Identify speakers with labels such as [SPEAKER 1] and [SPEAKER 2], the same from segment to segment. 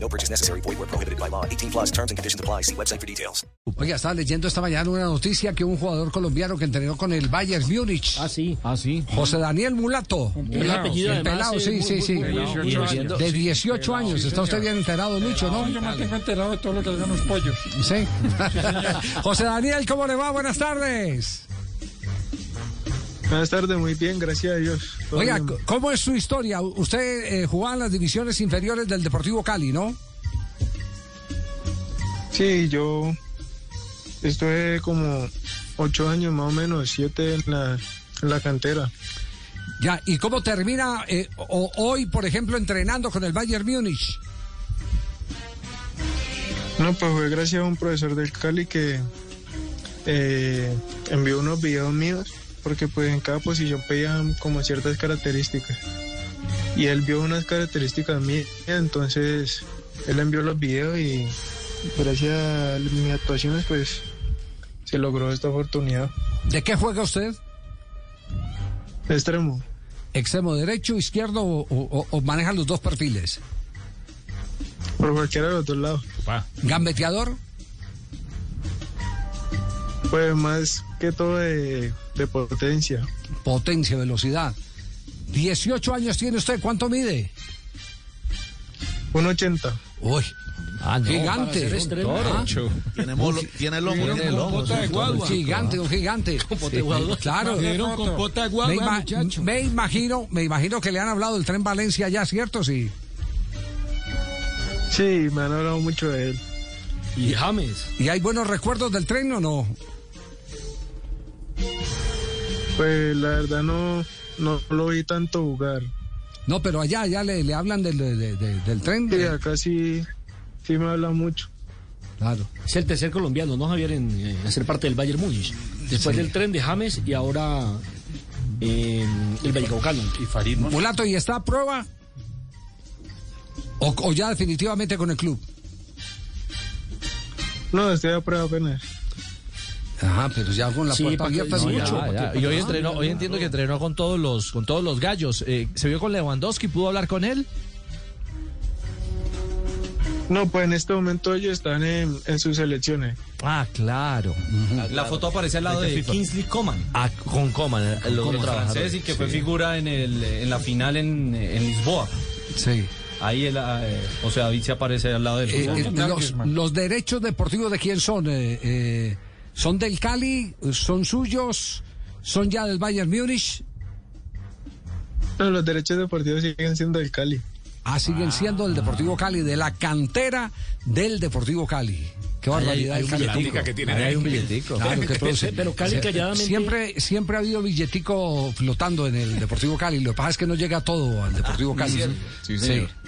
[SPEAKER 1] No purchase necessary. Void where prohibited by law. 18 plus terms and conditions apply. See website for details.
[SPEAKER 2] Oiga, estaba leyendo esta mañana una noticia que un jugador colombiano que entrenó con el Bayern Múnich,
[SPEAKER 3] Ah, sí.
[SPEAKER 4] Ah, sí.
[SPEAKER 2] José Daniel Mulato,
[SPEAKER 3] El apellido
[SPEAKER 2] el
[SPEAKER 3] además,
[SPEAKER 2] pelado,
[SPEAKER 3] es
[SPEAKER 2] sí,
[SPEAKER 3] muy-
[SPEAKER 2] sí,
[SPEAKER 3] muy-
[SPEAKER 2] sí,
[SPEAKER 3] muy pelado.
[SPEAKER 4] Y siendo-
[SPEAKER 2] de 18 años. Está usted bien enterado, Lucho, ¿no?
[SPEAKER 5] Yo me tengo enterado de todo lo que hacen los pollos.
[SPEAKER 2] Sí. José Daniel, ¿cómo le va? Buenas tardes.
[SPEAKER 6] Buenas tardes, muy bien, gracias a Dios. Todo
[SPEAKER 2] Oiga,
[SPEAKER 6] bien.
[SPEAKER 2] ¿cómo es su historia? Usted eh, jugaba en las divisiones inferiores del Deportivo Cali, ¿no?
[SPEAKER 6] sí, yo estuve como ocho años más o menos, siete en la, en la cantera.
[SPEAKER 2] Ya, ¿y cómo termina eh, o- hoy, por ejemplo, entrenando con el Bayern Múnich?
[SPEAKER 6] No, pues fue gracias a un profesor del Cali que eh, envió unos videos míos, porque pues en cada posición pedían como ciertas características. Y él vio unas características mías, entonces él envió los videos y gracias a mis actuaciones pues se logró esta oportunidad.
[SPEAKER 2] ¿De qué juega usted?
[SPEAKER 6] Extremo.
[SPEAKER 2] ¿Extremo derecho, izquierdo o, o- o maneja los dos perfiles?
[SPEAKER 6] Por cualquiera de los dos lados.
[SPEAKER 2] ¿Gambeteador?
[SPEAKER 6] Pues más que todo de, de potencia.
[SPEAKER 2] Potencia, velocidad. 18 años tiene usted, ¿cuánto mide?
[SPEAKER 6] 1.80.
[SPEAKER 2] Uy, gigante. Ah,
[SPEAKER 4] Tiene, molo- tiene lomo. Tiene lomo.
[SPEAKER 5] compota de
[SPEAKER 2] un
[SPEAKER 5] guagua.
[SPEAKER 2] gigante, un gigante. Sí, Claro.
[SPEAKER 5] Me dieron compota de guagua,
[SPEAKER 2] me, ima-
[SPEAKER 5] muchacho.
[SPEAKER 2] me imagino, me imagino que le han hablado del tren Valencia ya, ¿cierto? Sí.
[SPEAKER 6] Sí, me han hablado mucho de él.
[SPEAKER 3] Y James.
[SPEAKER 2] ¿Y hay buenos recuerdos del tren o no?
[SPEAKER 6] Pues la verdad no, no lo vi tanto jugar.
[SPEAKER 2] No, pero allá, allá le, le hablan del, de- de- del tren.
[SPEAKER 6] Sí, acá sí, sí me habla mucho.
[SPEAKER 2] Claro.
[SPEAKER 3] Es el tercer colombiano, ¿no, Javier? En, eh, hacer parte del Bayern Múnich. Después del tren de James y ahora eh, el Vallecaucano. Y Farid,
[SPEAKER 2] Mulato, ¿y está a prueba? O, o ya definitivamente con el club.
[SPEAKER 6] No, estoy a prueba apenas.
[SPEAKER 2] Ajá, pero ya con la
[SPEAKER 3] Sí,
[SPEAKER 2] puerta
[SPEAKER 3] pa' que-
[SPEAKER 2] abierta es
[SPEAKER 3] no, ya,
[SPEAKER 2] mucho.
[SPEAKER 3] ya.
[SPEAKER 4] Ah, ya. Y hoy entrenó, hoy entiendo que entrenó con todos los, con todos los gallos. Eh, ¿Se vio con Lewandowski? ¿Pudo hablar con él?
[SPEAKER 6] No, pues en este momento ellos están en, en sus selecciones.
[SPEAKER 4] Ah, claro.
[SPEAKER 7] La foto aparece al lado de Kingsley Coman,
[SPEAKER 4] Ah, con Coman, eh, el otro
[SPEAKER 7] como
[SPEAKER 4] trabajador.
[SPEAKER 7] francés y que fue
[SPEAKER 4] Sí.
[SPEAKER 7] figura en, el, en la final en, en Lisboa.
[SPEAKER 2] Sí.
[SPEAKER 7] Ahí, el, eh, o sea, David se aparece al lado del
[SPEAKER 2] Eh, eh,
[SPEAKER 7] jugador.
[SPEAKER 2] los, los derechos deportivos de quién son? Eh, eh, ¿Son del Cali? ¿Son suyos? ¿Son ya del Bayern Múnich?
[SPEAKER 6] No, los derechos deportivos siguen siendo del Cali.
[SPEAKER 2] Ah, siguen siendo del Deportivo Cali, de la cantera del Deportivo Cali. Qué
[SPEAKER 4] Ahí hay,
[SPEAKER 2] barbaridad
[SPEAKER 4] hay
[SPEAKER 2] el
[SPEAKER 4] un
[SPEAKER 2] Cali.
[SPEAKER 4] billetico.
[SPEAKER 2] Turco.
[SPEAKER 4] Ahí hay un billetico.
[SPEAKER 2] Claro, qué produce.
[SPEAKER 3] Pero Cali
[SPEAKER 2] Sie-
[SPEAKER 3] calladamente-
[SPEAKER 2] Siempre, siempre ha habido billetico flotando en el Deportivo Cali. Lo que pasa es que no llega todo al Deportivo Cali. Sí.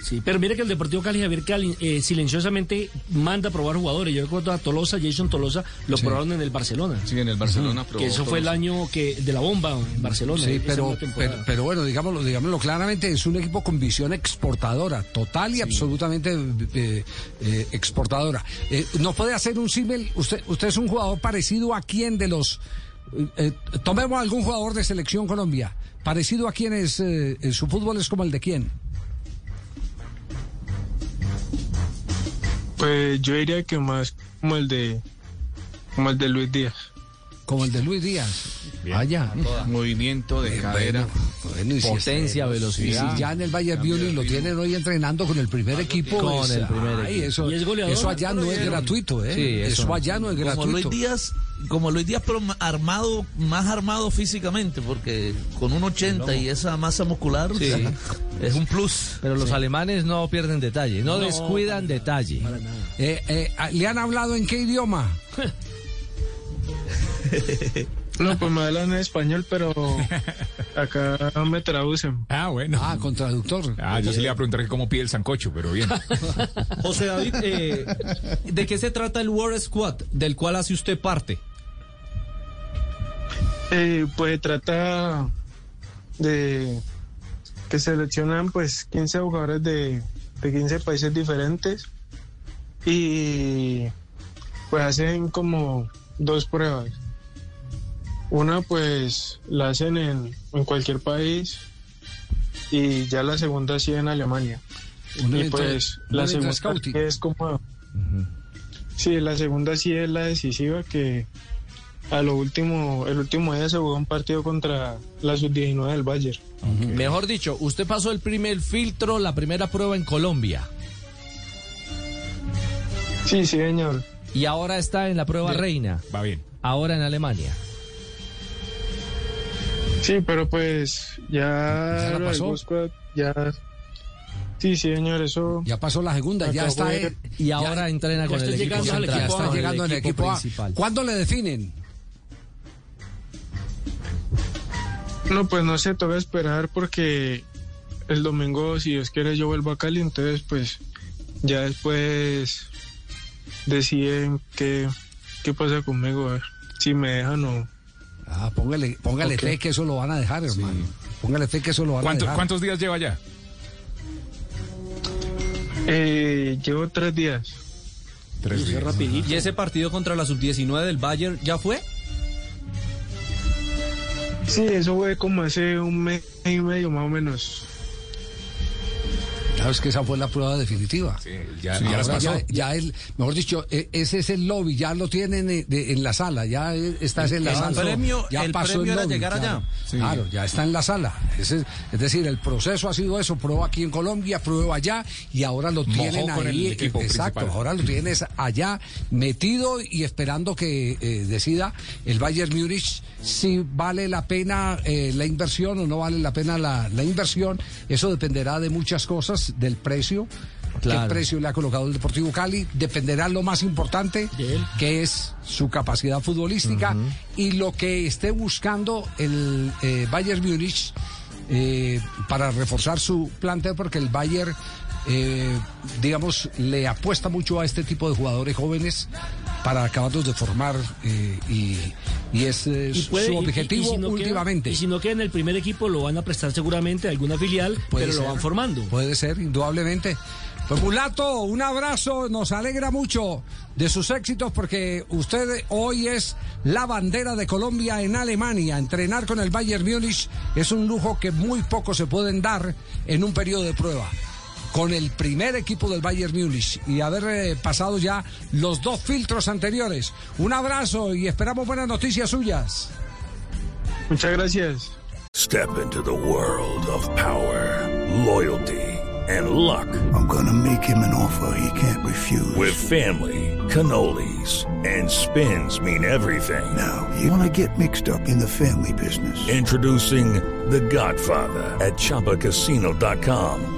[SPEAKER 3] Sí, pero mire que el Deportivo Cali Javier Cali eh, silenciosamente manda a probar jugadores. Yo recuerdo a Tolosa, Jason Tolosa, lo probaron en el Barcelona.
[SPEAKER 8] Sí, en el Barcelona.
[SPEAKER 3] que eso fue el año que de la bomba en Barcelona.
[SPEAKER 2] Sí,
[SPEAKER 3] esa
[SPEAKER 2] pero,
[SPEAKER 3] misma temporada.
[SPEAKER 2] pero, pero bueno, digámoslo, digámoslo claramente, es un equipo con visión exportadora, total y absolutamente eh, eh, exportadora. Eh, ¿No puede hacer un símil? Usted, usted es un jugador parecido a quién de los... eh, eh, tomemos algún jugador de selección Colombia. ¿Parecido a quién es? eh, eh, ¿Su fútbol es como el de quién?
[SPEAKER 6] Pues yo diría que más como el de, como el de Luis Díaz.
[SPEAKER 2] Como el de Luis Díaz. Vaya.
[SPEAKER 8] Movimiento de cadera.
[SPEAKER 2] Bueno, y si-
[SPEAKER 4] Potencia,
[SPEAKER 2] y si
[SPEAKER 4] velocidad.
[SPEAKER 2] ya en el Bayern Múnich lo tienen hoy entrenando con el primer equipo. pues,
[SPEAKER 4] Con el primer
[SPEAKER 2] ay,
[SPEAKER 4] equipo.
[SPEAKER 2] Eso,
[SPEAKER 3] Y es goleador,
[SPEAKER 2] eso allá no es gratuito, ¿eh?
[SPEAKER 4] Sí,
[SPEAKER 2] eso,
[SPEAKER 4] eso
[SPEAKER 2] allá no es
[SPEAKER 9] Como Luis
[SPEAKER 2] gratuito.
[SPEAKER 9] Díaz, como Luis Díaz, pero armado, más armado físicamente, porque con un 80 y esa masa muscular o sea, es un plus.
[SPEAKER 4] Pero los alemanes no pierden detalle, no, descuidan detalle.
[SPEAKER 2] ah, Eh, eh, ¿Le han hablado en qué idioma?
[SPEAKER 6] No, pues me hablan en español, pero acá me traducen.
[SPEAKER 10] Ah, bueno.
[SPEAKER 2] Ah, con traductor.
[SPEAKER 10] Ah, yo sí le iba a preguntar que cómo pide el sancocho, pero bien.
[SPEAKER 7] José David, eh, ¿de qué se trata el War Squad del cual hace usted parte?
[SPEAKER 6] Eh, pues trata de que seleccionan pues 15 jugadores de, de 15 países diferentes y pues hacen como dos pruebas. Una pues la hacen en, en cualquier país y ya la segunda sí en Alemania.
[SPEAKER 2] Una
[SPEAKER 6] y
[SPEAKER 2] de tra-
[SPEAKER 6] pues
[SPEAKER 2] una
[SPEAKER 6] la
[SPEAKER 2] de
[SPEAKER 6] segunda
[SPEAKER 2] Trascauti.
[SPEAKER 6] es como... Sí, la segunda sí es la decisiva que a lo último, el último día se jugó un partido contra la sub-19 del Bayern.
[SPEAKER 4] Mejor dicho, usted pasó el primer filtro, la primera prueba en Colombia.
[SPEAKER 6] Sí, sí, señor.
[SPEAKER 4] Y ahora está en la prueba reina.
[SPEAKER 10] Va bien.
[SPEAKER 4] Ahora en Alemania.
[SPEAKER 6] Sí, pero pues
[SPEAKER 2] ¿Ya
[SPEAKER 6] ya
[SPEAKER 2] la
[SPEAKER 6] lo del
[SPEAKER 2] pasó?
[SPEAKER 6] Go Squad, ya. Sí, sí, señor, eso.
[SPEAKER 2] Ya pasó la segunda, ya
[SPEAKER 6] Acabó
[SPEAKER 2] está.
[SPEAKER 6] de-
[SPEAKER 2] eh,
[SPEAKER 4] Y ahora entrena
[SPEAKER 3] ya
[SPEAKER 4] con el
[SPEAKER 3] está
[SPEAKER 4] equipo,
[SPEAKER 3] llegando al
[SPEAKER 4] central,
[SPEAKER 2] ya
[SPEAKER 3] equipo
[SPEAKER 4] con
[SPEAKER 2] está
[SPEAKER 3] A,
[SPEAKER 2] llegando en el equipo A.
[SPEAKER 4] principal.
[SPEAKER 2] ¿Cuándo le definen?
[SPEAKER 6] No, pues no sé, toca esperar porque el domingo, si Dios quiere, yo vuelvo a Cali, entonces pues ya después deciden qué, qué pasa conmigo, a ver si me dejan o.
[SPEAKER 2] Ah, póngale, póngale
[SPEAKER 6] Ok.
[SPEAKER 2] fe que eso lo van a dejar, hermano. Póngale fe que eso lo van a
[SPEAKER 10] ¿Cuánto-
[SPEAKER 2] dejar.
[SPEAKER 10] ¿Cuántos días lleva ya?
[SPEAKER 6] Eh, llevo tres días.
[SPEAKER 10] Tres días.
[SPEAKER 7] ¿Y ese partido contra la sub-19 del Bayern ya fue?
[SPEAKER 6] Sí, eso fue como hace un mes y medio más o menos.
[SPEAKER 2] Claro, es que esa fue la prueba definitiva.
[SPEAKER 10] Sí, ya,
[SPEAKER 2] Ahora
[SPEAKER 10] ya las pasó.
[SPEAKER 2] ya- ya el- mejor dicho, e- ese es el lobby, ya lo tienen eh, de- en la sala, ya eh, estás en la
[SPEAKER 9] El
[SPEAKER 2] sala.
[SPEAKER 9] premio-
[SPEAKER 2] ya
[SPEAKER 9] el premio era llegar
[SPEAKER 2] claro.
[SPEAKER 9] allá.
[SPEAKER 10] Sí.
[SPEAKER 2] Claro, ya está en la sala. Ese- es decir, el proceso ha sido eso, prueba aquí en Colombia, prueba allá, y ahora lo tienen
[SPEAKER 10] con el
[SPEAKER 2] ahí.
[SPEAKER 10] equipo
[SPEAKER 2] exacto,
[SPEAKER 10] principal.
[SPEAKER 2] ahora lo tienes allá metido y esperando que eh, decida el Bayern Múnich si vale la pena eh, la inversión o no vale la pena la, la inversión. Eso dependerá de muchas cosas, del precio.
[SPEAKER 4] Claro.
[SPEAKER 2] ¿Qué precio le ha colocado el Deportivo Cali? Dependerá lo más importante, que es su capacidad futbolística y lo que esté buscando el eh, Bayern Múnich eh, para reforzar su plantel, porque el Bayern, eh, digamos, le apuesta mucho a este tipo de jugadores jóvenes para acabarlos de formar eh, y, y es eh,
[SPEAKER 3] Y puede-
[SPEAKER 2] su
[SPEAKER 3] y- y- y
[SPEAKER 2] objetivo
[SPEAKER 3] si no queda-
[SPEAKER 2] últimamente.
[SPEAKER 3] y si no queda en el primer equipo, lo van a prestar seguramente a alguna filial,
[SPEAKER 2] Puede
[SPEAKER 3] pero lo
[SPEAKER 2] ser. Pues,
[SPEAKER 3] van formando.
[SPEAKER 2] Puede ser, indudablemente. Pues Mulato, un abrazo, nos alegra mucho de sus éxitos porque usted hoy es la bandera de Colombia en Alemania. Entrenar con el Bayern Múnich es un lujo que muy pocos se pueden dar en un periodo de prueba. Con el primer equipo del Bayern Múnich y haber eh, pasado ya los dos filtros anteriores. Un abrazo y esperamos buenas noticias suyas.
[SPEAKER 6] Muchas gracias.
[SPEAKER 11] Step into the world of power, loyalty, and luck.
[SPEAKER 12] I'm gonna make him an offer he can't refuse.
[SPEAKER 11] With family, cannolis, and spins mean everything. Now,
[SPEAKER 12] You wanna get mixed up in the family business.
[SPEAKER 11] introducing The Godfather at ChumbaCasino.com.